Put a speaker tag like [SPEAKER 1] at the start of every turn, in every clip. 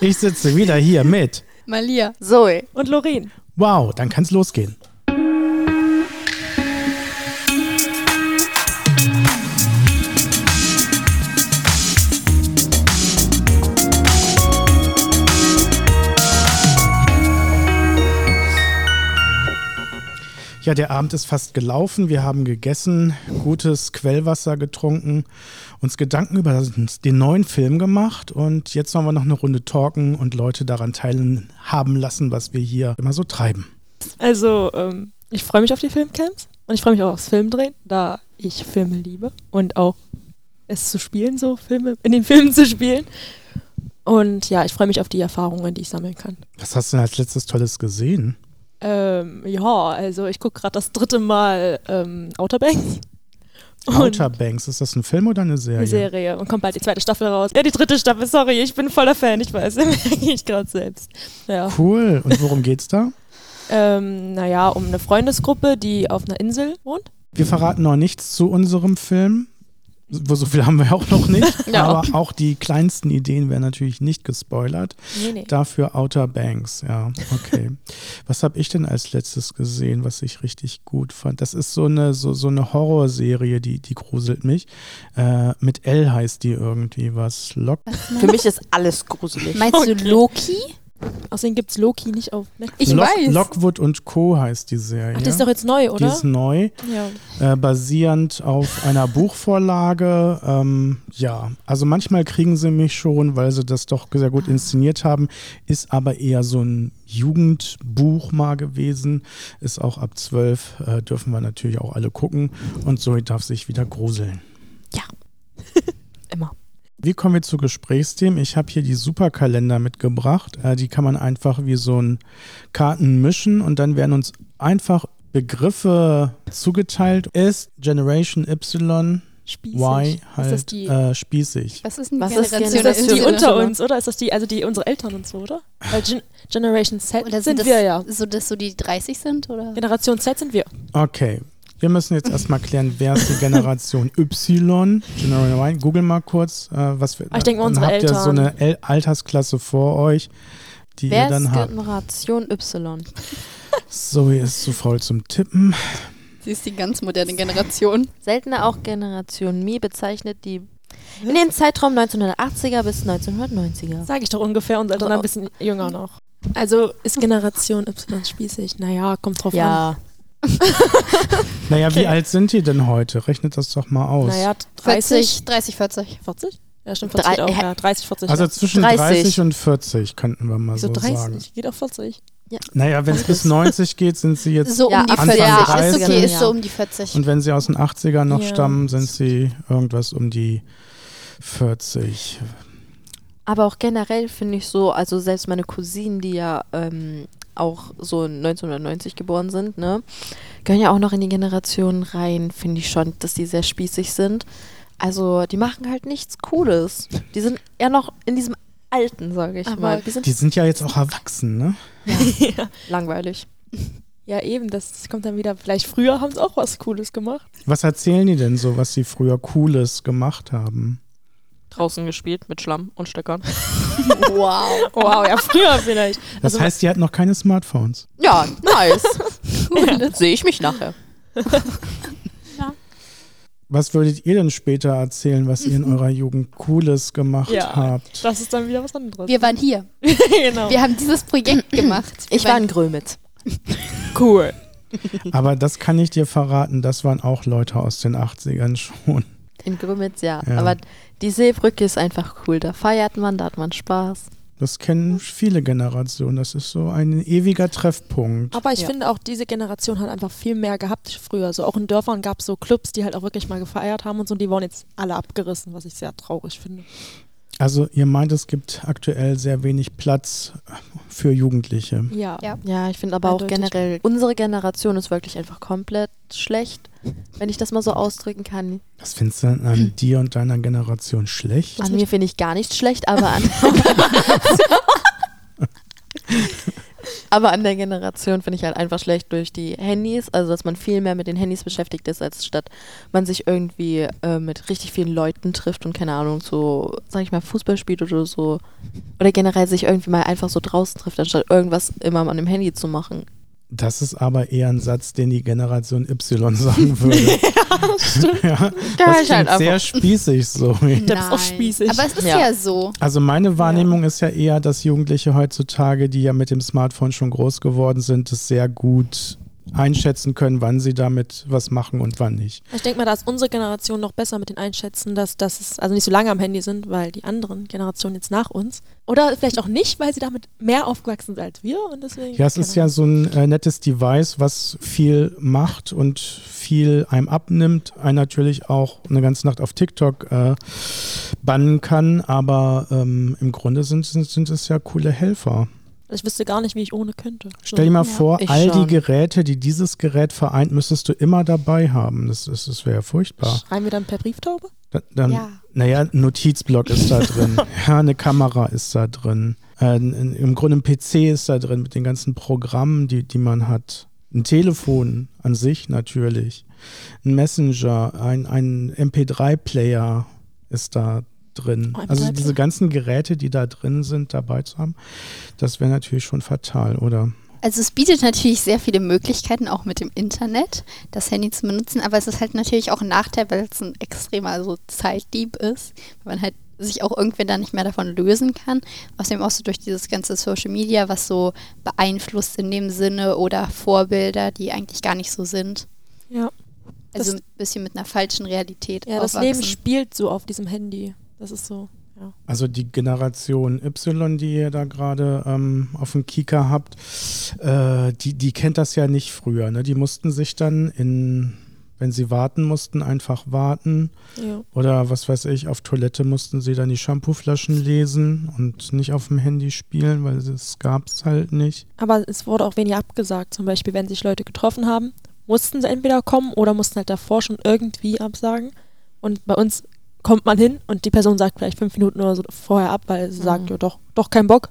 [SPEAKER 1] Ich sitze wieder hier mit.
[SPEAKER 2] Malia.
[SPEAKER 3] Zoe.
[SPEAKER 2] Und Lorin.
[SPEAKER 1] Wow, dann kann's losgehen. Ja, der Abend ist fast gelaufen. Wir haben gegessen, gutes Quellwasser getrunken, uns Gedanken über den neuen Film gemacht und jetzt wollen wir noch eine Runde talken und Leute daran teilhaben lassen, was wir hier immer so treiben.
[SPEAKER 2] Also, ähm, ich freue mich auf die Filmcamps und ich freue mich auch aufs Filmdrehen, da ich Filme liebe und auch es zu spielen, so Filme in den Filmen zu spielen. Und ja, ich freue mich auf die Erfahrungen, die ich sammeln kann.
[SPEAKER 1] Was hast du denn als letztes Tolles gesehen?
[SPEAKER 2] Ähm, ja, also ich gucke gerade das dritte Mal ähm, Outer Banks.
[SPEAKER 1] Outer Banks, ist das ein Film oder eine Serie?
[SPEAKER 2] Eine Serie und kommt bald die zweite Staffel raus. Ja, die dritte Staffel, sorry, ich bin voller Fan, ich weiß, merke ich gerade selbst. Ja.
[SPEAKER 1] Cool. Und worum geht's da?
[SPEAKER 2] Ähm, naja, um eine Freundesgruppe, die auf einer Insel wohnt.
[SPEAKER 1] Wir verraten noch nichts zu unserem Film. So so viel haben wir auch noch nicht.
[SPEAKER 2] Ja.
[SPEAKER 1] Aber auch die kleinsten Ideen werden natürlich nicht gespoilert.
[SPEAKER 2] Nee, nee.
[SPEAKER 1] Dafür Outer Banks, ja, okay. Was habe ich denn als letztes gesehen, was ich richtig gut fand? Das ist so eine, so, so eine Horrorserie, die, die gruselt mich. Äh, mit L heißt die irgendwie was. Lock
[SPEAKER 3] Für mich ist alles gruselig.
[SPEAKER 4] Meinst du Loki?
[SPEAKER 2] Außerdem gibt's Loki nicht auf Netflix.
[SPEAKER 4] Ich
[SPEAKER 1] Lock,
[SPEAKER 4] weiß.
[SPEAKER 1] Lockwood und Co. heißt die Serie.
[SPEAKER 2] Ach, die ist doch jetzt neu,
[SPEAKER 1] Die
[SPEAKER 2] oder?
[SPEAKER 1] ist neu,
[SPEAKER 2] ja.
[SPEAKER 1] äh, basierend auf einer Buchvorlage. Ähm, ja, also manchmal kriegen sie mich schon, weil sie das doch sehr gut inszeniert haben. Ist aber eher so ein Jugendbuch mal gewesen. Ist auch ab 12, äh, dürfen wir natürlich auch alle gucken. Und Zoe darf sich wieder gruseln.
[SPEAKER 2] Immer.
[SPEAKER 1] Wie kommen wir zu Gesprächsthemen? Ich habe hier die Superkalender mitgebracht. Äh, die kann man einfach wie so ein Karten mischen und dann werden uns einfach Begriffe zugeteilt. Ist Generation Y,
[SPEAKER 2] Spießig.
[SPEAKER 1] Y
[SPEAKER 2] ist das
[SPEAKER 1] halt
[SPEAKER 2] die,
[SPEAKER 1] äh, spießig.
[SPEAKER 4] Was ist denn
[SPEAKER 3] Was
[SPEAKER 4] die
[SPEAKER 3] ist
[SPEAKER 4] Generation?
[SPEAKER 2] ist das die
[SPEAKER 3] Generation
[SPEAKER 2] unter uns, oder? Ist das die, also die unsere Eltern und so, oder? Weil Gen Generation Z
[SPEAKER 4] Oder
[SPEAKER 2] sind
[SPEAKER 4] das,
[SPEAKER 2] wir ja.
[SPEAKER 4] So, dass so die 30 sind? Oder?
[SPEAKER 2] Generation Z sind wir.
[SPEAKER 1] Okay. Wir müssen jetzt erstmal klären, wer ist die Generation Y? Generation Y. Google mal kurz, äh, was wir.
[SPEAKER 2] Ah, ich denk mal,
[SPEAKER 1] dann
[SPEAKER 2] unsere
[SPEAKER 1] habt ihr so
[SPEAKER 2] Eltern.
[SPEAKER 1] eine El Altersklasse vor euch, die
[SPEAKER 3] Wer
[SPEAKER 1] ihr dann
[SPEAKER 3] ist
[SPEAKER 1] habt.
[SPEAKER 3] Generation Y?
[SPEAKER 1] Zoe ist zu faul zum Tippen.
[SPEAKER 4] Sie ist die ganz moderne Generation.
[SPEAKER 3] Seltener auch Generation Mi bezeichnet die in den Zeitraum 1980er bis 1990er.
[SPEAKER 2] Sage ich doch ungefähr, unsere Eltern ein bisschen jünger noch. Also ist Generation Y spießig? Naja, kommt drauf an.
[SPEAKER 3] Ja,
[SPEAKER 1] Naja, wie
[SPEAKER 2] Okay.
[SPEAKER 1] alt sind die denn heute? Rechnet das doch mal aus.
[SPEAKER 2] Naja, 30,
[SPEAKER 4] 40, 30, 40.
[SPEAKER 2] 40? Ja, stimmt, 40 geht
[SPEAKER 3] Drei-
[SPEAKER 2] auch.
[SPEAKER 3] hä?
[SPEAKER 2] Ja, 30, 40.
[SPEAKER 1] Also
[SPEAKER 2] ja.
[SPEAKER 1] zwischen 30.
[SPEAKER 3] 30.
[SPEAKER 1] und 40 könnten wir mal
[SPEAKER 2] Wieso
[SPEAKER 1] so
[SPEAKER 2] 30?
[SPEAKER 1] sagen.
[SPEAKER 2] Geht auf 40.
[SPEAKER 1] Naja, wenn es bis 90 geht, sind sie jetzt.
[SPEAKER 4] So
[SPEAKER 3] Ja,
[SPEAKER 4] um die
[SPEAKER 3] Anfang
[SPEAKER 4] 40. Ja,
[SPEAKER 1] 30.
[SPEAKER 4] ist okay, ist so
[SPEAKER 3] Ja.
[SPEAKER 4] um die 40.
[SPEAKER 1] Und wenn sie aus den 80ern noch
[SPEAKER 2] Ja.
[SPEAKER 1] stammen, sind sie irgendwas um die 40.
[SPEAKER 3] aber auch generell finde ich so, also selbst meine Cousinen, die ja ähm, auch so 1990 geboren sind, ne, gehören ja auch noch in die Generation rein, finde ich schon, dass die sehr spießig sind. Also die machen halt nichts Cooles. Die sind eher noch in diesem Alten, sage ich
[SPEAKER 4] Aber
[SPEAKER 3] mal. Die sind
[SPEAKER 1] Die sind ja jetzt auch erwachsen, ne?
[SPEAKER 3] langweilig.
[SPEAKER 2] Ja, eben, das kommt dann wieder. Vielleicht früher haben sie auch was Cooles gemacht.
[SPEAKER 1] Was erzählen die denn so, was sie früher Cooles gemacht haben?
[SPEAKER 3] Draußen gespielt mit Schlamm und Stöckern.
[SPEAKER 4] Wow.
[SPEAKER 2] Wow, ja, früher vielleicht.
[SPEAKER 1] Das
[SPEAKER 2] Also-
[SPEAKER 1] heißt, die hatten noch keine Smartphones.
[SPEAKER 3] Ja, nice. cool. Sehe ich mich nachher.
[SPEAKER 1] Was würdet ihr denn später erzählen, was ihr in eurer Jugend Cooles gemacht
[SPEAKER 2] Mhm. Ja.
[SPEAKER 1] habt?
[SPEAKER 2] Das ist dann wieder was anderes.
[SPEAKER 4] Wir waren hier.
[SPEAKER 2] genau.
[SPEAKER 4] Wir haben dieses Projekt gemacht. Wir
[SPEAKER 3] Ich war in Grömitz.
[SPEAKER 2] cool.
[SPEAKER 1] Aber das kann ich dir verraten, das waren auch Leute aus den 80ern schon.
[SPEAKER 3] In Grömitz, ja.
[SPEAKER 1] Ja.
[SPEAKER 3] Aber die Seebrücke ist einfach cool. Da feiert man, da hat man Spaß.
[SPEAKER 1] Das kennen viele Generationen. Das ist so ein ewiger Treffpunkt.
[SPEAKER 2] Aber ich
[SPEAKER 3] Ja.
[SPEAKER 2] finde auch, diese Generation hat einfach viel mehr gehabt früher. So auch in Dörfern gab es so Clubs, die halt auch wirklich mal gefeiert haben und so. Und die wurden jetzt alle abgerissen, was ich sehr traurig finde.
[SPEAKER 1] Also ihr meint, es gibt aktuell sehr wenig Platz für Jugendliche.
[SPEAKER 2] Ja.
[SPEAKER 4] Ja.
[SPEAKER 3] Ja, ich finde aber auch
[SPEAKER 2] Eindeutig.
[SPEAKER 3] generell, unsere Generation ist wirklich einfach komplett schlecht, wenn ich das mal so ausdrücken kann.
[SPEAKER 1] Was findest du denn an dir und deiner Generation schlecht?
[SPEAKER 3] An mir finde ich gar nichts schlecht, aber an. Aber an der Generation finde ich halt einfach schlecht durch die Handys, also dass man viel mehr mit den Handys beschäftigt ist, als statt man sich irgendwie äh, mit richtig vielen Leuten trifft und keine Ahnung, so, sag ich mal, Fußball spielt oder so. Oder generell sich irgendwie mal einfach so draußen trifft, anstatt irgendwas immer an dem Handy zu machen.
[SPEAKER 1] Das ist aber eher ein Satz, den die Generation Y sagen würde. ja,
[SPEAKER 3] Da
[SPEAKER 1] das
[SPEAKER 3] ist halt
[SPEAKER 1] klingt sehr spießig so.
[SPEAKER 2] Das ist auch
[SPEAKER 4] Nein.
[SPEAKER 2] spießig.
[SPEAKER 4] Aber es ist
[SPEAKER 3] Ja.
[SPEAKER 4] ja, so.
[SPEAKER 1] Also meine Wahrnehmung ist ja eher, dass Jugendliche heutzutage, die ja mit dem Smartphone schon groß geworden sind, es sehr gut einschätzen können, wann sie damit was machen und wann nicht.
[SPEAKER 2] Ich denke mal, da ist unsere Generation noch besser mit den Einschätzen, dass das also nicht so lange am Handy sind, weil die anderen Generationen jetzt nach uns. Oder vielleicht auch nicht, weil sie damit mehr aufgewachsen sind als wir und deswegen.
[SPEAKER 1] Ja, es ist ja so ein äh, nettes Device, was viel macht und viel einem abnimmt, einen natürlich auch eine ganze Nacht auf TikTok äh, bannen kann, aber ähm, im Grunde sind, sind, sind es ja coole Helfer.
[SPEAKER 2] Ich wüsste gar nicht, wie ich ohne könnte.
[SPEAKER 1] Stell dir mal vor,
[SPEAKER 3] ich
[SPEAKER 1] all die
[SPEAKER 3] schon.
[SPEAKER 1] Geräte, die dieses Gerät vereint, müsstest du immer dabei haben. Das, das, das wäre ja furchtbar.
[SPEAKER 2] Schreiben wir dann per Brieftaube?
[SPEAKER 1] Da, dann,
[SPEAKER 2] Ja.
[SPEAKER 1] Naja, ein Notizblock ist da drin. ja, eine Kamera ist da drin. Äh, n- n- Im Grunde ein PC ist da drin mit den ganzen Programmen, die, die man hat. Ein Telefon an sich natürlich. Ein Messenger, ein, ein MP3-Player ist da drin.
[SPEAKER 2] Oh,
[SPEAKER 1] also
[SPEAKER 2] MP3-Player.
[SPEAKER 1] diese ganzen Geräte, die da drin sind, dabei zu haben, das wäre natürlich schon fatal, oder?
[SPEAKER 4] Also es bietet natürlich sehr viele Möglichkeiten, auch mit dem Internet, das Handy zu benutzen, aber es ist halt natürlich auch ein Nachteil, weil es ein extremer so Zeitdieb ist, weil man halt sich auch irgendwie dann nicht mehr davon lösen kann. Außerdem auch so durch dieses ganze Social Media, was so beeinflusst in dem Sinne oder Vorbilder, die eigentlich gar nicht so sind.
[SPEAKER 2] Ja.
[SPEAKER 4] Also ein
[SPEAKER 2] Das-
[SPEAKER 4] bisschen mit einer falschen Realität
[SPEAKER 2] Ja, das
[SPEAKER 4] aufwachsen.
[SPEAKER 2] Leben spielt so auf diesem Handy. Das ist so. Ja.
[SPEAKER 1] Also die Generation Y, die ihr da gerade ähm, auf dem Kika habt, äh, die, die kennt das ja nicht früher. Ne? Die mussten sich dann in, wenn sie warten mussten, einfach warten.
[SPEAKER 2] ja.
[SPEAKER 1] Oder was weiß ich, auf Toilette mussten sie dann die Shampooflaschen lesen und nicht auf dem Handy spielen, weil es gab es halt nicht.
[SPEAKER 2] Aber es wurde auch weniger abgesagt. Zum Beispiel, wenn sich Leute getroffen haben, mussten sie entweder kommen oder mussten halt davor schon irgendwie absagen. Und bei uns kommt man hin und die Person sagt vielleicht fünf Minuten oder so vorher ab, weil sie sagt, ja doch, doch kein Bock.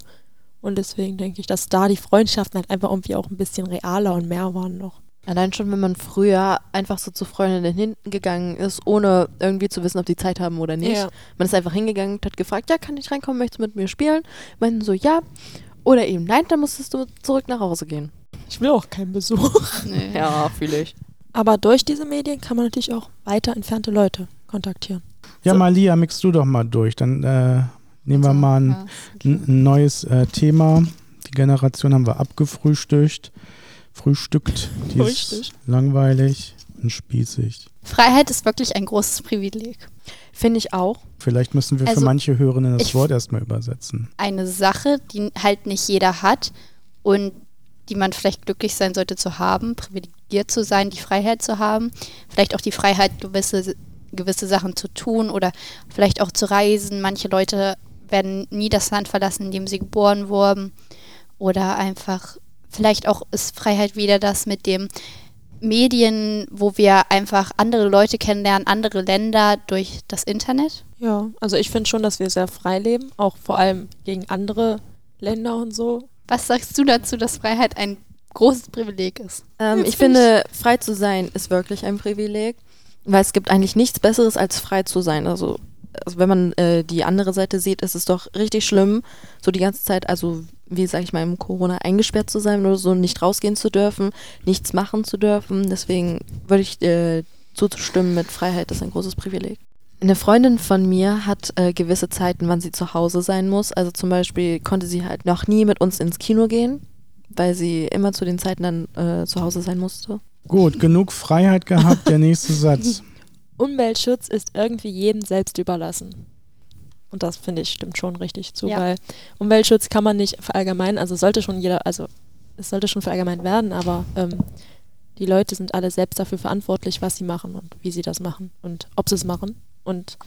[SPEAKER 2] Und deswegen denke ich, dass da die Freundschaften halt einfach irgendwie auch ein bisschen realer und mehr waren noch.
[SPEAKER 3] Allein schon, wenn man früher einfach so zu Freundinnen hinten gegangen ist, ohne irgendwie zu wissen, ob die Zeit haben oder nicht.
[SPEAKER 2] Ja.
[SPEAKER 3] Man ist einfach hingegangen und hat gefragt, ja, kann ich reinkommen, möchtest du mit mir spielen? Meinten so, ja. Oder eben, nein, dann musstest du zurück nach Hause gehen.
[SPEAKER 2] Ich will auch keinen Besuch.
[SPEAKER 4] Nee.
[SPEAKER 3] Ja, fühle ich.
[SPEAKER 2] Aber durch diese Medien kann man natürlich auch weiter entfernte Leute kontaktieren.
[SPEAKER 1] Ja,
[SPEAKER 3] So.
[SPEAKER 1] Malia, mix du doch mal durch. Dann äh, nehmen wir mal ein,
[SPEAKER 4] Ja,
[SPEAKER 1] ein ein neues äh, Thema. Die Generation haben wir abgefrühstückt. Frühstückt. Die ist
[SPEAKER 2] Frühstück.
[SPEAKER 1] langweilig und spießig.
[SPEAKER 4] Freiheit ist wirklich ein großes Privileg.
[SPEAKER 3] Finde ich auch.
[SPEAKER 1] Vielleicht müssen wir
[SPEAKER 4] Also,
[SPEAKER 1] für manche Hörenden das
[SPEAKER 4] ich-
[SPEAKER 1] Wort erstmal übersetzen.
[SPEAKER 4] eine Sache, die halt nicht jeder hat und die man vielleicht glücklich sein sollte zu haben, privilegiert zu sein, die Freiheit zu haben, vielleicht auch die Freiheit, gewisse, gewisse Sachen zu tun oder vielleicht auch zu reisen. Manche Leute werden nie das Land verlassen, in dem sie geboren wurden oder einfach, vielleicht auch ist Freiheit wieder das mit dem Medien, wo wir einfach andere Leute kennenlernen, andere Länder durch das Internet.
[SPEAKER 2] Ja, also ich finde schon, dass wir sehr frei leben, auch vor allem gegen andere Länder und so.
[SPEAKER 4] Was sagst du dazu, dass Freiheit ein großes Privileg ist?
[SPEAKER 3] Ähm,
[SPEAKER 2] Jetzt
[SPEAKER 3] ich
[SPEAKER 2] bin
[SPEAKER 3] finde, frei zu sein ist wirklich ein Privileg, weil es gibt eigentlich nichts Besseres, als frei zu sein. Also, also wenn man äh, die andere Seite sieht, ist es doch richtig schlimm, so die ganze Zeit, also wie sage ich mal, im Corona eingesperrt zu sein oder so, nicht rausgehen zu dürfen, nichts machen zu dürfen. Deswegen würde ich äh, zuzustimmen mit Freiheit ist ein großes Privileg. Eine Freundin von mir hat äh, gewisse Zeiten, wann sie zu Hause sein muss. Also zum Beispiel konnte sie halt noch nie mit uns ins Kino gehen, weil sie immer zu den Zeiten dann äh, zu Hause sein musste.
[SPEAKER 1] Gut, genug Freiheit gehabt. Der nächste Satz.
[SPEAKER 2] Umweltschutz ist irgendwie jedem selbst überlassen. Und das finde ich stimmt schon richtig zu,
[SPEAKER 4] Ja.
[SPEAKER 2] weil Umweltschutz kann man nicht verallgemeinern, also sollte schon jeder, also es sollte schon verallgemeint werden, aber ähm, die Leute sind alle selbst dafür verantwortlich, was sie machen und wie sie das machen und ob sie es machen. Und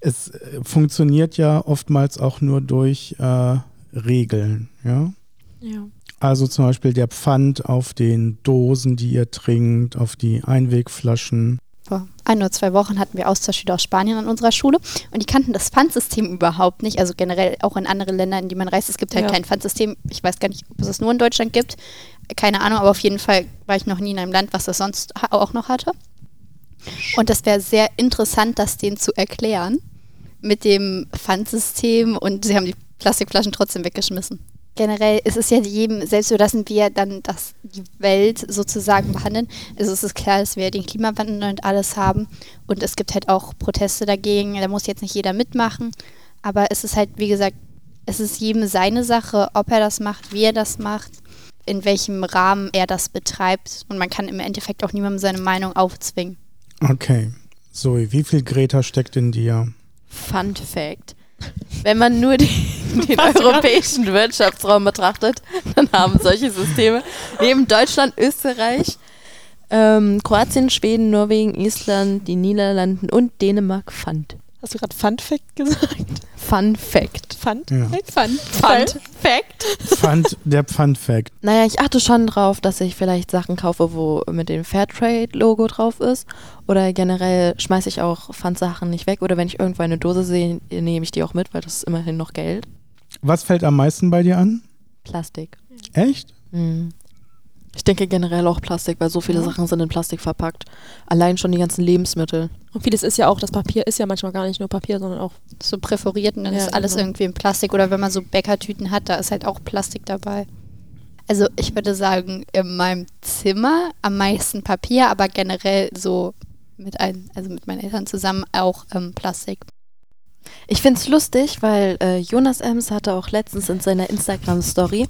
[SPEAKER 1] Es äh, funktioniert ja oftmals auch nur durch äh, Regeln. Ja?
[SPEAKER 2] ja.
[SPEAKER 1] Also zum Beispiel der Pfand auf den Dosen, die ihr trinkt, auf die Einwegflaschen.
[SPEAKER 4] vor ein oder zwei Wochen hatten wir Austauschschüler aus Spanien an unserer Schule und die kannten das Pfandsystem überhaupt nicht. Also generell auch in anderen Ländern, in die man reist, es gibt halt
[SPEAKER 2] Ja.
[SPEAKER 4] kein Pfandsystem. Ich weiß gar nicht, ob es das nur in Deutschland gibt. Keine Ahnung, aber auf jeden Fall war ich noch nie in einem Land, was das sonst ha- auch noch hatte. Und das wäre sehr interessant, das denen zu erklären mit dem Pfandsystem und sie haben die Plastikflaschen trotzdem weggeschmissen. Generell ist es ja jedem selbst überlassen, wie er dann das, die Welt sozusagen behandeln. Also es ist klar, dass wir den Klimawandel und alles haben und es gibt halt auch Proteste dagegen. Da muss jetzt nicht jeder mitmachen, aber es ist halt, wie gesagt, es ist jedem seine Sache, ob er das macht, wie er das macht, in welchem Rahmen er das betreibt und man kann im Endeffekt auch niemandem seine Meinung aufzwingen.
[SPEAKER 1] Okay. Zoe, wie viel Greta steckt in dir?
[SPEAKER 3] Fun Fact. Wenn man nur den, den europäischen Wirtschaftsraum betrachtet, dann haben solche Systeme neben Deutschland, Österreich, ähm, Kroatien, Schweden, Norwegen, Island, die Niederlanden und Dänemark Pfand.
[SPEAKER 2] Hast du gerade Fun Fact gesagt?
[SPEAKER 3] Fun Fact.
[SPEAKER 2] Fun
[SPEAKER 1] Ja.
[SPEAKER 2] Fact? Fun.
[SPEAKER 3] Fun Fact.
[SPEAKER 1] Pfand, der Pfand-Fact.
[SPEAKER 3] Naja, ich achte schon drauf, dass ich vielleicht Sachen kaufe, wo mit dem Fairtrade-Logo drauf ist. Oder generell schmeiße ich auch Pfandsachen nicht weg. Oder wenn ich irgendwo eine Dose sehe, nehme ich die auch mit, weil das ist immerhin noch Geld.
[SPEAKER 1] Was fällt am meisten bei dir an?
[SPEAKER 3] Plastik.
[SPEAKER 1] Echt?
[SPEAKER 3] Mm. Ich denke generell auch Plastik, weil so viele Sachen sind in Plastik verpackt. Allein schon die ganzen Lebensmittel.
[SPEAKER 2] Und vieles ist ja auch, das Papier ist ja manchmal gar nicht nur Papier, sondern auch
[SPEAKER 4] so präforiert und dann
[SPEAKER 2] Ja,
[SPEAKER 4] ist alles
[SPEAKER 2] genau.
[SPEAKER 4] irgendwie in Plastik oder wenn man so Bäckertüten hat, da ist halt auch Plastik dabei. Also ich würde sagen, in meinem Zimmer am meisten Papier, aber generell so mit ein, also mit meinen Eltern zusammen auch ähm, Plastik.
[SPEAKER 3] Ich finde es lustig, weil äh, Jonas Ems hatte auch letztens in seiner Instagram-Story,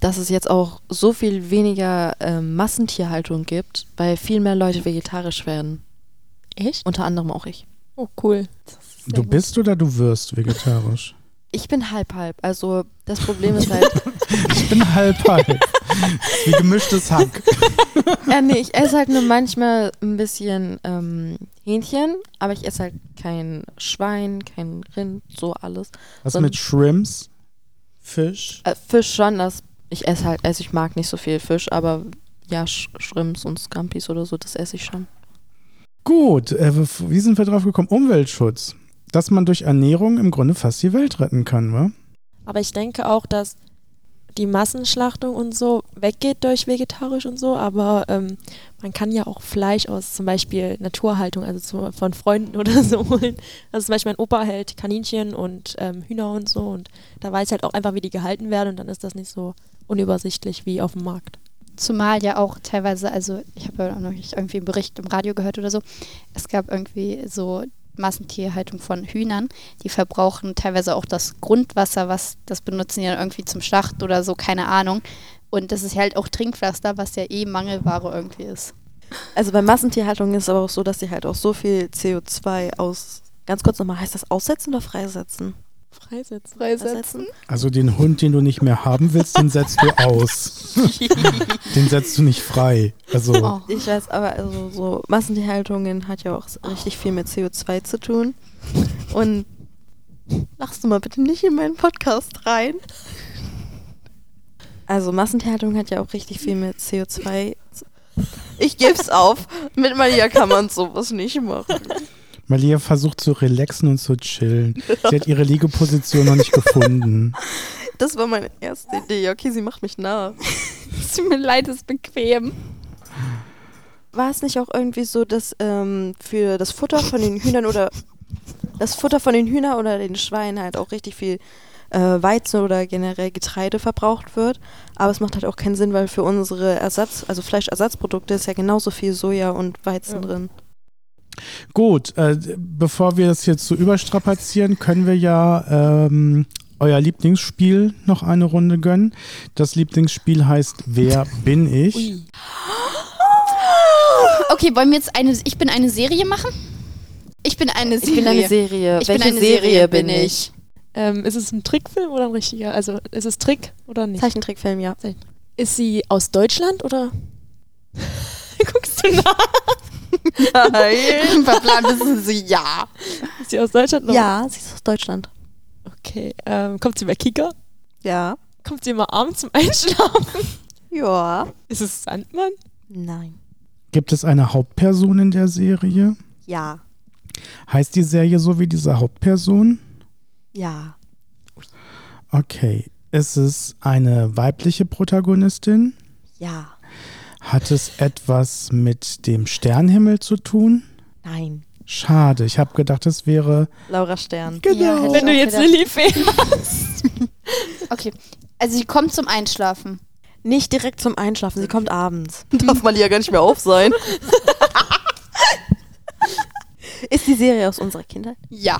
[SPEAKER 3] dass es jetzt auch so viel weniger ähm, Massentierhaltung gibt, weil viel mehr Leute vegetarisch werden.
[SPEAKER 2] echt.
[SPEAKER 3] Unter anderem auch ich.
[SPEAKER 2] Oh, cool.
[SPEAKER 1] Du bist oder du wirst vegetarisch?
[SPEAKER 3] Ich bin halb halb. Also das Problem ist halt,
[SPEAKER 1] Ich bin halb halb. Wie gemischtes Hack.
[SPEAKER 3] äh, nee, ich esse halt nur manchmal ein bisschen ähm, Hähnchen, aber ich esse halt kein Schwein, kein Rind, so alles.
[SPEAKER 1] Was
[SPEAKER 3] So ein-
[SPEAKER 1] mit Shrimps? Fisch?
[SPEAKER 3] Äh, Fisch schon, das ich esse halt, also ich mag nicht so viel Fisch, aber ja, Sch Shrimps und Scampis oder so, das esse ich schon.
[SPEAKER 1] Gut, äh, wie sind wir drauf gekommen? Umweltschutz. Dass man durch Ernährung im Grunde fast die Welt retten kann, wa?
[SPEAKER 2] Aber ich denke auch, dass die Massenschlachtung und so weggeht durch vegetarisch und so, aber ähm, man kann ja auch Fleisch aus zum Beispiel Naturhaltung, also zu, von Freunden oder so holen. Also zum Beispiel mein Opa hält Kaninchen und ähm, Hühner und so und da weiß halt auch einfach, wie die gehalten werden und dann ist das nicht so unübersichtlich wie auf dem Markt.
[SPEAKER 4] Zumal ja auch teilweise, also ich habe ja auch noch nicht irgendwie einen Bericht im Radio gehört oder so, es gab irgendwie so Massentierhaltung von Hühnern, die verbrauchen teilweise auch das Grundwasser, was das benutzen die dann irgendwie zum Schlachten oder so, keine Ahnung. Und das ist halt auch Trinkpflaster, was ja eh Mangelware irgendwie ist.
[SPEAKER 3] Also bei Massentierhaltung ist es aber auch so, dass sie halt auch so viel CO2 aus. Ganz kurz nochmal, heißt das aussetzen oder freisetzen?
[SPEAKER 2] Freisetzen.
[SPEAKER 3] Freisetzen?
[SPEAKER 1] Also den Hund, den du nicht mehr haben willst, den setzt du aus. Den setzt du nicht frei. Also,
[SPEAKER 4] Oh.
[SPEAKER 3] Ich weiß, aber also so Massentierhaltungen hat ja auch s- richtig viel mit CO2 zu tun. Und lachst du mal bitte nicht in meinen Podcast rein. Also Massentierhaltung hat ja auch richtig viel mit CO2. zu- Ich geb's auf. Mit Maria kann man sowas nicht machen.
[SPEAKER 1] Malia versucht zu relaxen und zu chillen. Sie hat ihre Liegeposition noch nicht gefunden.
[SPEAKER 3] Das war meine erste Idee. Okay, sie macht mich nach.
[SPEAKER 4] Es tut mir leid, es ist bequem.
[SPEAKER 3] War es nicht auch irgendwie so, dass ähm, für das Futter von den Hühnern oder das Futter von den Hühnern oder den Schweinen halt auch richtig viel äh, Weizen oder generell Getreide verbraucht wird? Aber es macht halt auch keinen Sinn, weil für unsere Ersatz, also Fleischersatzprodukte ist ja genauso viel Soja und Weizen
[SPEAKER 2] Ja.
[SPEAKER 3] drin.
[SPEAKER 1] Gut, äh, bevor wir das hier zu überstrapazieren, können wir ja ähm, euer Lieblingsspiel noch eine Runde gönnen. Das Lieblingsspiel heißt Wer bin ich?
[SPEAKER 2] Ui.
[SPEAKER 3] Ah!
[SPEAKER 4] Okay, wollen wir jetzt eine, ich bin eine Serie machen? Ich bin eine Serie.
[SPEAKER 3] Serie.
[SPEAKER 4] Ich bin eine Serie bin ich.
[SPEAKER 2] Ähm, ist es ein Trickfilm oder ein richtiger? Also ist es Trick oder nicht?
[SPEAKER 3] Zeichentrickfilm, ja.
[SPEAKER 2] Ist sie aus Deutschland oder? Guckst du nach?
[SPEAKER 3] Nein.
[SPEAKER 4] Verplant wissen sie ja.
[SPEAKER 2] Ist sie aus Deutschland? oder-
[SPEAKER 3] ja, sie ist aus Deutschland.
[SPEAKER 2] Okay. Ähm, kommt sie bei Kika?
[SPEAKER 3] Ja.
[SPEAKER 2] Kommt sie immer abends zum Einschlafen?
[SPEAKER 3] Ja.
[SPEAKER 2] Ist es Sandmann?
[SPEAKER 3] Nein.
[SPEAKER 1] Gibt es eine Hauptperson in der Serie?
[SPEAKER 3] Ja,
[SPEAKER 1] Heißt die Serie so wie diese Hauptperson?
[SPEAKER 3] ja,
[SPEAKER 1] Okay. Ist es eine weibliche Protagonistin?
[SPEAKER 3] ja,
[SPEAKER 1] Hat es etwas mit dem Sternhimmel zu tun?
[SPEAKER 3] nein.
[SPEAKER 1] Schade, ich habe gedacht, es wäre.
[SPEAKER 3] Laura Stern.
[SPEAKER 4] Ja, hätte ich
[SPEAKER 2] Wenn du
[SPEAKER 4] auch
[SPEAKER 2] jetzt
[SPEAKER 4] gedacht.
[SPEAKER 2] Lilly fehlst.
[SPEAKER 4] Okay. Also sie kommt zum Einschlafen.
[SPEAKER 3] Nicht direkt zum Einschlafen, sie kommt abends. Darf man die ja gar nicht mehr auf sein. Ist die Serie aus unserer Kindheit?
[SPEAKER 4] Ja.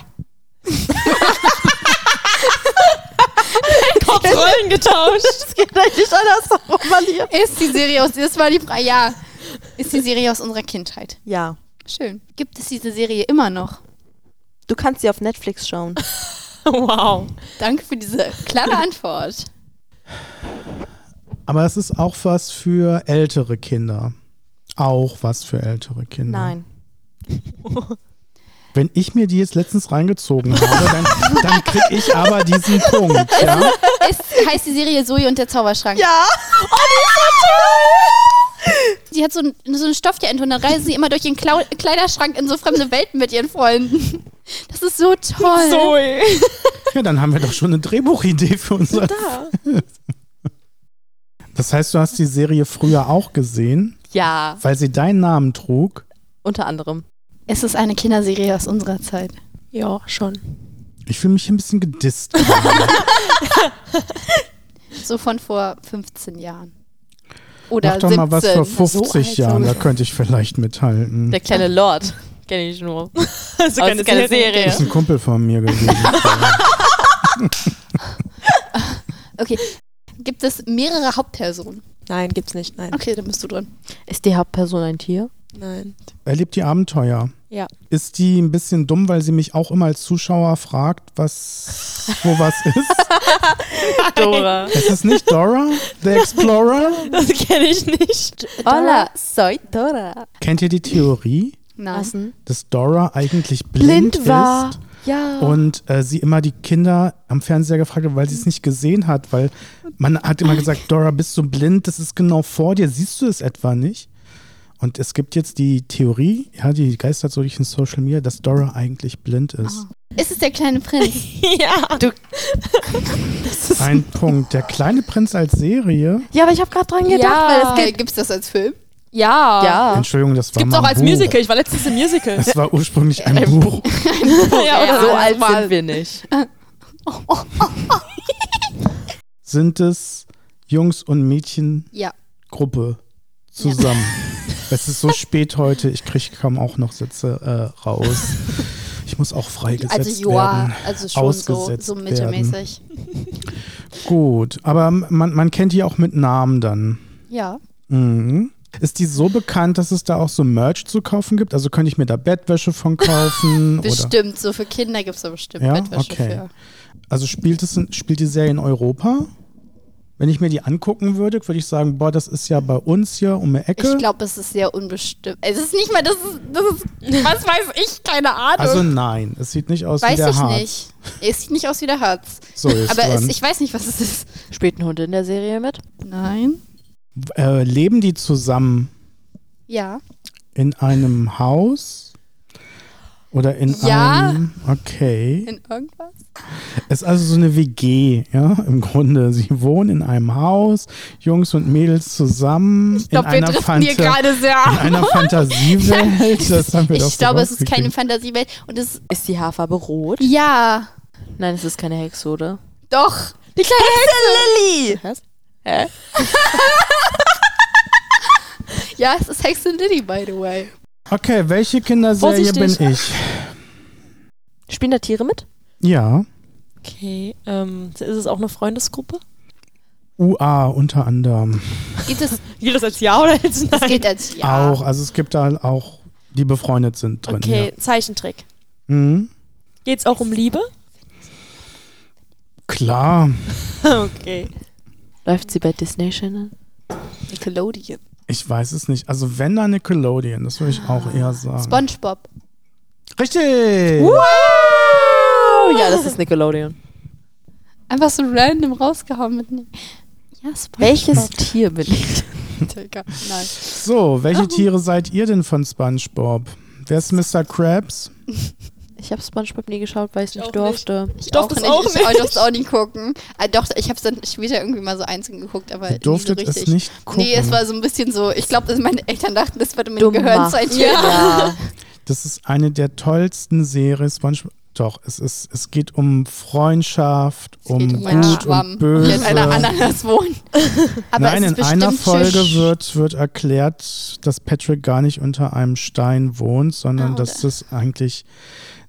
[SPEAKER 2] Rollen getauscht.
[SPEAKER 3] Das geht halt nicht andersherum, Malia.
[SPEAKER 4] Ist die Serie aus. Das war die Frage. Ja. Ist die Serie aus unserer Kindheit.
[SPEAKER 3] Ja.
[SPEAKER 4] Schön. Gibt es diese Serie immer noch?
[SPEAKER 3] Du kannst sie auf Netflix schauen.
[SPEAKER 2] Wow.
[SPEAKER 4] Danke für diese klare Antwort.
[SPEAKER 1] Aber es ist auch was für ältere Kinder. Auch was für ältere Kinder.
[SPEAKER 3] Nein.
[SPEAKER 1] Wenn ich mir die jetzt letztens reingezogen habe, dann, dann kriege ich aber diesen Punkt. Ja?
[SPEAKER 4] Ist, heißt die Serie Zoe und der Zauberschrank?
[SPEAKER 3] Ja.
[SPEAKER 4] Sie hat so, ein, so einen Stofftier und dann reisen sie immer durch ihren Klau Kleiderschrank in so fremde Welten mit ihren Freunden. Das ist so toll.
[SPEAKER 2] Zoe.
[SPEAKER 1] ja, dann haben wir doch schon eine Drehbuchidee für unser. Das heißt, du hast die Serie früher auch gesehen,
[SPEAKER 3] Ja.
[SPEAKER 1] weil sie deinen Namen trug.
[SPEAKER 3] Unter anderem.
[SPEAKER 4] Es ist eine Kinderserie aus unserer Zeit.
[SPEAKER 2] Ja, schon.
[SPEAKER 1] Ich fühle mich hier ein bisschen gedisst.
[SPEAKER 4] So von vor 15 Jahren. Oder
[SPEAKER 1] Mach doch
[SPEAKER 4] 17.
[SPEAKER 1] mal was vor
[SPEAKER 3] so
[SPEAKER 1] 50
[SPEAKER 3] alt
[SPEAKER 1] Jahren,
[SPEAKER 3] sind
[SPEAKER 1] da
[SPEAKER 3] wir.
[SPEAKER 1] könnte ich vielleicht mithalten.
[SPEAKER 5] Der kleine Lord. Kenne ich nur. Aus
[SPEAKER 2] Also
[SPEAKER 5] keine Serie.
[SPEAKER 1] ist ein Kumpel von mir gewesen.
[SPEAKER 4] okay. Gibt es mehrere Hauptpersonen?
[SPEAKER 5] Nein, gibt's nicht. Nein.
[SPEAKER 4] Okay, dann bist du drin.
[SPEAKER 3] Ist die Hauptperson ein Tier?
[SPEAKER 5] Nein.
[SPEAKER 1] Erlebt die Abenteuer.
[SPEAKER 5] Ja.
[SPEAKER 1] Ist die ein bisschen dumm, weil sie mich auch immer als Zuschauer fragt, was, wo was ist?
[SPEAKER 5] Dora.
[SPEAKER 1] Ist es nicht Dora, The Explorer?
[SPEAKER 2] Das kenne ich nicht.
[SPEAKER 3] Hola, soy Dora.
[SPEAKER 1] Kennt ihr die Theorie,
[SPEAKER 4] Nein.
[SPEAKER 3] Was denn?
[SPEAKER 1] dass Dora eigentlich blind, ist?
[SPEAKER 3] Ja.
[SPEAKER 1] Und äh, sie immer die Kinder am Fernseher gefragt hat, weil sie es nicht gesehen hat, weil man hat immer gesagt, Dora, bist du blind? Das ist genau vor dir. Siehst du es etwa nicht? Und es gibt jetzt die Theorie, ja, die geistert so durch den Social Media, dass Dora eigentlich blind ist.
[SPEAKER 4] Ist es der kleine Prinz?
[SPEAKER 2] Ja.
[SPEAKER 1] Ein Punkt. Der kleine Prinz als Serie.
[SPEAKER 3] ja, aber ich habe gerade dran gedacht,
[SPEAKER 2] Ja.
[SPEAKER 3] weil es
[SPEAKER 4] Äh, Gibt es das als Film?
[SPEAKER 2] Ja.
[SPEAKER 3] Ja.
[SPEAKER 1] Entschuldigung, das war
[SPEAKER 2] Gibt's
[SPEAKER 1] mal
[SPEAKER 2] auch
[SPEAKER 1] ein
[SPEAKER 2] als
[SPEAKER 1] Buch.
[SPEAKER 2] Musical. Ich war letztens im Musical.
[SPEAKER 1] Es war ursprünglich ein Buch.
[SPEAKER 2] ja, oder
[SPEAKER 5] So
[SPEAKER 2] so.
[SPEAKER 5] alt sind wir nicht.
[SPEAKER 1] Sind es Jungs und Mädchen
[SPEAKER 4] Ja.
[SPEAKER 1] Gruppe zusammen. Es ist so spät heute, ich kriege kaum auch noch Sätze äh, raus. Ich muss auch freigesetzt
[SPEAKER 4] Also
[SPEAKER 1] werden.
[SPEAKER 4] ja, also schon so,
[SPEAKER 1] Ausgesetzt
[SPEAKER 4] so mittelmäßig.
[SPEAKER 1] Gut, aber man, man kennt die auch mit Namen dann.
[SPEAKER 4] Ja.
[SPEAKER 1] Mhm. Ist die so bekannt, dass es da auch so Merch zu kaufen gibt? Also könnte ich mir da Bettwäsche von kaufen? oder?
[SPEAKER 4] Bestimmt, so für Kinder gibt es da bestimmt
[SPEAKER 1] Ja?
[SPEAKER 4] Bettwäsche
[SPEAKER 1] Okay.
[SPEAKER 4] für.
[SPEAKER 1] Also spielt, es in, spielt die Serie in Europa? Wenn ich mir die angucken würde, würde ich sagen, boah, das ist ja bei uns hier um die Ecke.
[SPEAKER 4] Ich glaube, es ist sehr unbestimmt. Es ist nicht mal, das ist, das ist was weiß ich, keine Ahnung.
[SPEAKER 1] also nein, es sieht nicht aus wie
[SPEAKER 4] weiß
[SPEAKER 1] der
[SPEAKER 4] ich
[SPEAKER 1] Harz.
[SPEAKER 4] nicht. Es sieht nicht aus wie der Harz.
[SPEAKER 1] So, jetzt
[SPEAKER 4] Aber es,
[SPEAKER 1] dran.
[SPEAKER 4] ich weiß nicht, was es ist.
[SPEAKER 3] Spielt ein Hund in der Serie mit?
[SPEAKER 4] Nein.
[SPEAKER 1] äh, leben die zusammen
[SPEAKER 4] Ja.
[SPEAKER 1] in einem Haus? Oder in
[SPEAKER 4] Ja.
[SPEAKER 1] einem. Okay.
[SPEAKER 4] In irgendwas?
[SPEAKER 1] Es ist also so eine WG, ja, im Grunde. Sie wohnen in einem Haus, Jungs und Mädels zusammen.
[SPEAKER 4] Ich glaube,
[SPEAKER 1] in
[SPEAKER 4] wir
[SPEAKER 1] einer
[SPEAKER 4] driften hier
[SPEAKER 1] Fanta-
[SPEAKER 4] gerade sehr
[SPEAKER 1] In
[SPEAKER 4] ab.
[SPEAKER 1] einer Fantasiewelt. Das haben wir doch
[SPEAKER 4] Ich
[SPEAKER 1] so
[SPEAKER 4] glaube, es ist keine
[SPEAKER 1] rausgekriegt.
[SPEAKER 4] Fantasiewelt. Und es.
[SPEAKER 3] Ist die Haarfarbe rot?
[SPEAKER 4] Ja.
[SPEAKER 3] Nein, es ist keine Hexe, oder?
[SPEAKER 4] Doch. Die kleine Hexe Lilly.
[SPEAKER 3] Was?
[SPEAKER 5] Hä?
[SPEAKER 4] ja, es ist Hexe Lilly, by the way.
[SPEAKER 1] Okay, welche Kinderserie
[SPEAKER 2] Vorsichtig.
[SPEAKER 1] bin ich?
[SPEAKER 3] Spielen da Tiere mit?
[SPEAKER 1] Ja.
[SPEAKER 2] Okay. Ähm, ist es auch eine Freundesgruppe?
[SPEAKER 1] UA unter anderem.
[SPEAKER 4] Gibt es.
[SPEAKER 2] Gilt das als Ja oder als Nein?
[SPEAKER 4] Es gilt als Ja.
[SPEAKER 1] Auch. Also es gibt da auch, die befreundet sind drin.
[SPEAKER 2] Okay, Zeichentrick.
[SPEAKER 1] Ja. Mhm.
[SPEAKER 2] Geht's auch um Liebe?
[SPEAKER 1] Klar.
[SPEAKER 2] Okay.
[SPEAKER 3] Läuft sie bei Disney Channel?
[SPEAKER 4] Nickelodeon.
[SPEAKER 1] Ich weiß es nicht. Also wenn da Nickelodeon, das würde ich
[SPEAKER 4] Ah.
[SPEAKER 1] auch eher sagen.
[SPEAKER 4] SpongeBob.
[SPEAKER 1] Richtig!
[SPEAKER 3] Wow! Oh Ja, das ist Nickelodeon.
[SPEAKER 4] Einfach so random rausgehauen mit. Ja, SpongeBob.
[SPEAKER 3] Welches Tier beliebt?
[SPEAKER 4] Digga, nein.
[SPEAKER 1] So,
[SPEAKER 4] Oh.
[SPEAKER 1] welche Tiere seid ihr denn von SpongeBob? Wer ist Mr. Krabs?
[SPEAKER 3] Ich habe SpongeBob nie geschaut, weil ich
[SPEAKER 2] Ich
[SPEAKER 3] nicht
[SPEAKER 2] auch
[SPEAKER 3] durfte.
[SPEAKER 4] Ich
[SPEAKER 2] durfte es auch
[SPEAKER 4] Ich
[SPEAKER 2] nicht.
[SPEAKER 4] durfte es auch nicht gucken. Ah, doch, ich habe es dann später irgendwie mal so einzeln geguckt, aber
[SPEAKER 1] Ihr durftet
[SPEAKER 4] nie so richtig.
[SPEAKER 1] es nicht gucken.
[SPEAKER 4] Nee, es war so ein bisschen so, ich glaube, meine Eltern dachten, das würde mit
[SPEAKER 3] Dumm
[SPEAKER 4] dem Gehirn
[SPEAKER 3] macht.
[SPEAKER 4] zeitieren.
[SPEAKER 3] Ja.
[SPEAKER 1] Das ist eine der tollsten Serien SpongeBob. Doch, es, ist, es geht um Freundschaft, um
[SPEAKER 4] geht um einen
[SPEAKER 1] Gut und
[SPEAKER 4] Schwamm, die in
[SPEAKER 1] Böse.
[SPEAKER 4] einer Ananas wohnen. Aber
[SPEAKER 1] Nein,
[SPEAKER 4] es
[SPEAKER 1] in
[SPEAKER 4] ist
[SPEAKER 1] einer
[SPEAKER 4] bestimmt
[SPEAKER 1] Folge
[SPEAKER 4] schön-
[SPEAKER 1] wird, wird erklärt, dass Patrick gar nicht unter einem Stein wohnt, sondern
[SPEAKER 4] Ah,
[SPEAKER 1] dass das eigentlich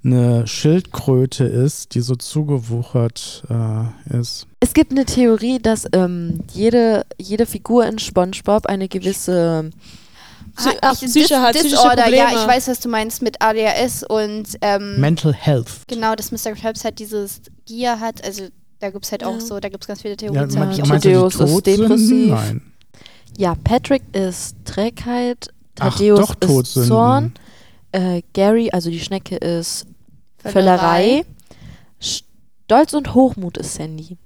[SPEAKER 1] eine Schildkröte ist, die so zugewuchert äh, ist.
[SPEAKER 3] Es gibt eine Theorie, dass ähm, jede, jede Figur in SpongeBob eine gewisse.
[SPEAKER 2] Psy-
[SPEAKER 4] Ah,
[SPEAKER 2] ach, Psyche hat psychische
[SPEAKER 4] ja,
[SPEAKER 2] Probleme.
[SPEAKER 4] ich weiß, was du meinst mit ADHS und ähm,
[SPEAKER 1] Mental Health.
[SPEAKER 4] genau, dass Mr. Krabs halt dieses Gier hat, also da gibt es halt auch so, da gibt es ganz viele
[SPEAKER 1] Ja,
[SPEAKER 4] Theorien. zu.
[SPEAKER 1] meint-
[SPEAKER 4] Hab ich
[SPEAKER 1] meint
[SPEAKER 4] auch-
[SPEAKER 1] ihr, die
[SPEAKER 3] Amadeus ist
[SPEAKER 1] tot sind?
[SPEAKER 3] depressiv.
[SPEAKER 1] Nein.
[SPEAKER 3] Ja, Patrick ist Trägheit,
[SPEAKER 1] Ach,
[SPEAKER 3] Thaddeus
[SPEAKER 1] doch,
[SPEAKER 3] ist
[SPEAKER 1] Todsünden.
[SPEAKER 3] Zorn, äh, Gary, also die Schnecke, ist Völlerei. Stolz und Hochmut ist Sandy.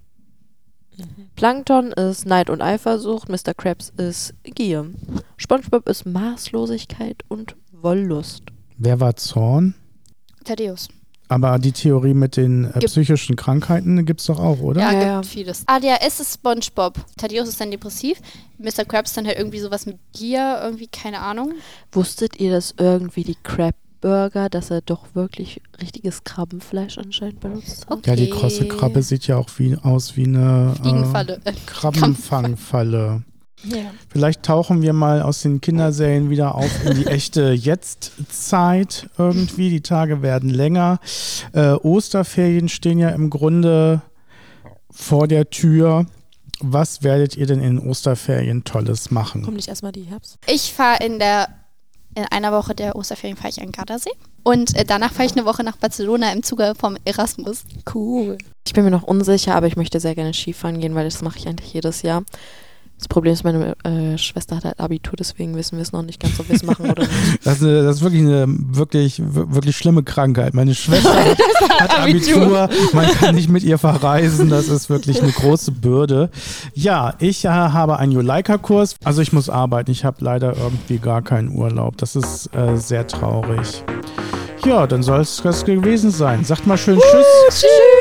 [SPEAKER 3] Plankton ist Neid und Eifersucht. Mr. Krabs ist Gier. SpongeBob ist Maßlosigkeit und Wollust.
[SPEAKER 1] Wer war Zorn?
[SPEAKER 4] Thaddeus.
[SPEAKER 1] Aber die Theorie mit den äh,
[SPEAKER 4] Gibt-
[SPEAKER 1] psychischen Krankheiten gibt es doch auch, oder?
[SPEAKER 4] Ja, genau.
[SPEAKER 3] Ja,
[SPEAKER 4] gibt
[SPEAKER 3] ja.
[SPEAKER 4] vieles. ADHS ist Spongebob. Thaddeus ist dann depressiv. Mr. Krabs dann halt irgendwie sowas mit Gier, irgendwie, keine Ahnung.
[SPEAKER 3] Wusstet ihr, dass irgendwie die Crab Burger, dass er doch wirklich richtiges Krabbenfleisch anscheinend benutzt hat?
[SPEAKER 1] Ja, die krosse Krabbe sieht ja auch wie, aus wie eine äh,
[SPEAKER 4] Fliegenfalle. Äh,
[SPEAKER 1] Krabbenfangfalle.
[SPEAKER 2] Ja.
[SPEAKER 1] Vielleicht tauchen wir mal aus den Kinderserien wieder auf in die echte Jetztzeit irgendwie. Die Tage werden länger. Äh, Osterferien stehen ja im Grunde vor der Tür. Was werdet ihr denn in den Osterferien Tolles machen?
[SPEAKER 2] Komm nicht erstmal die Herbst.
[SPEAKER 4] Ich fahre in der in einer Woche der Osterferien fahre ich an den Gardasee und äh, danach fahre ich eine Woche nach Barcelona im Zuge vom Erasmus.
[SPEAKER 2] Cool.
[SPEAKER 3] Ich bin mir noch unsicher, aber ich möchte sehr gerne Skifahren gehen, weil das mache ich eigentlich jedes Jahr. Das Problem ist, meine äh, Schwester hat halt Abitur, deswegen wissen wir es noch nicht ganz, ob wir es machen oder nicht.
[SPEAKER 1] Das ist, eine, das ist wirklich eine wirklich, wir- wirklich schlimme Krankheit. Meine Schwester hat, hat Abitur, man kann nicht mit ihr verreisen. Das ist wirklich eine große Bürde. Ja, ich äh, habe einen Juleika-Kurs. Also ich muss arbeiten. Ich habe leider irgendwie gar keinen Urlaub. Das ist äh, sehr traurig. Ja, dann soll es das gewesen sein. Sagt mal schön Tschüss.
[SPEAKER 2] Tschüss.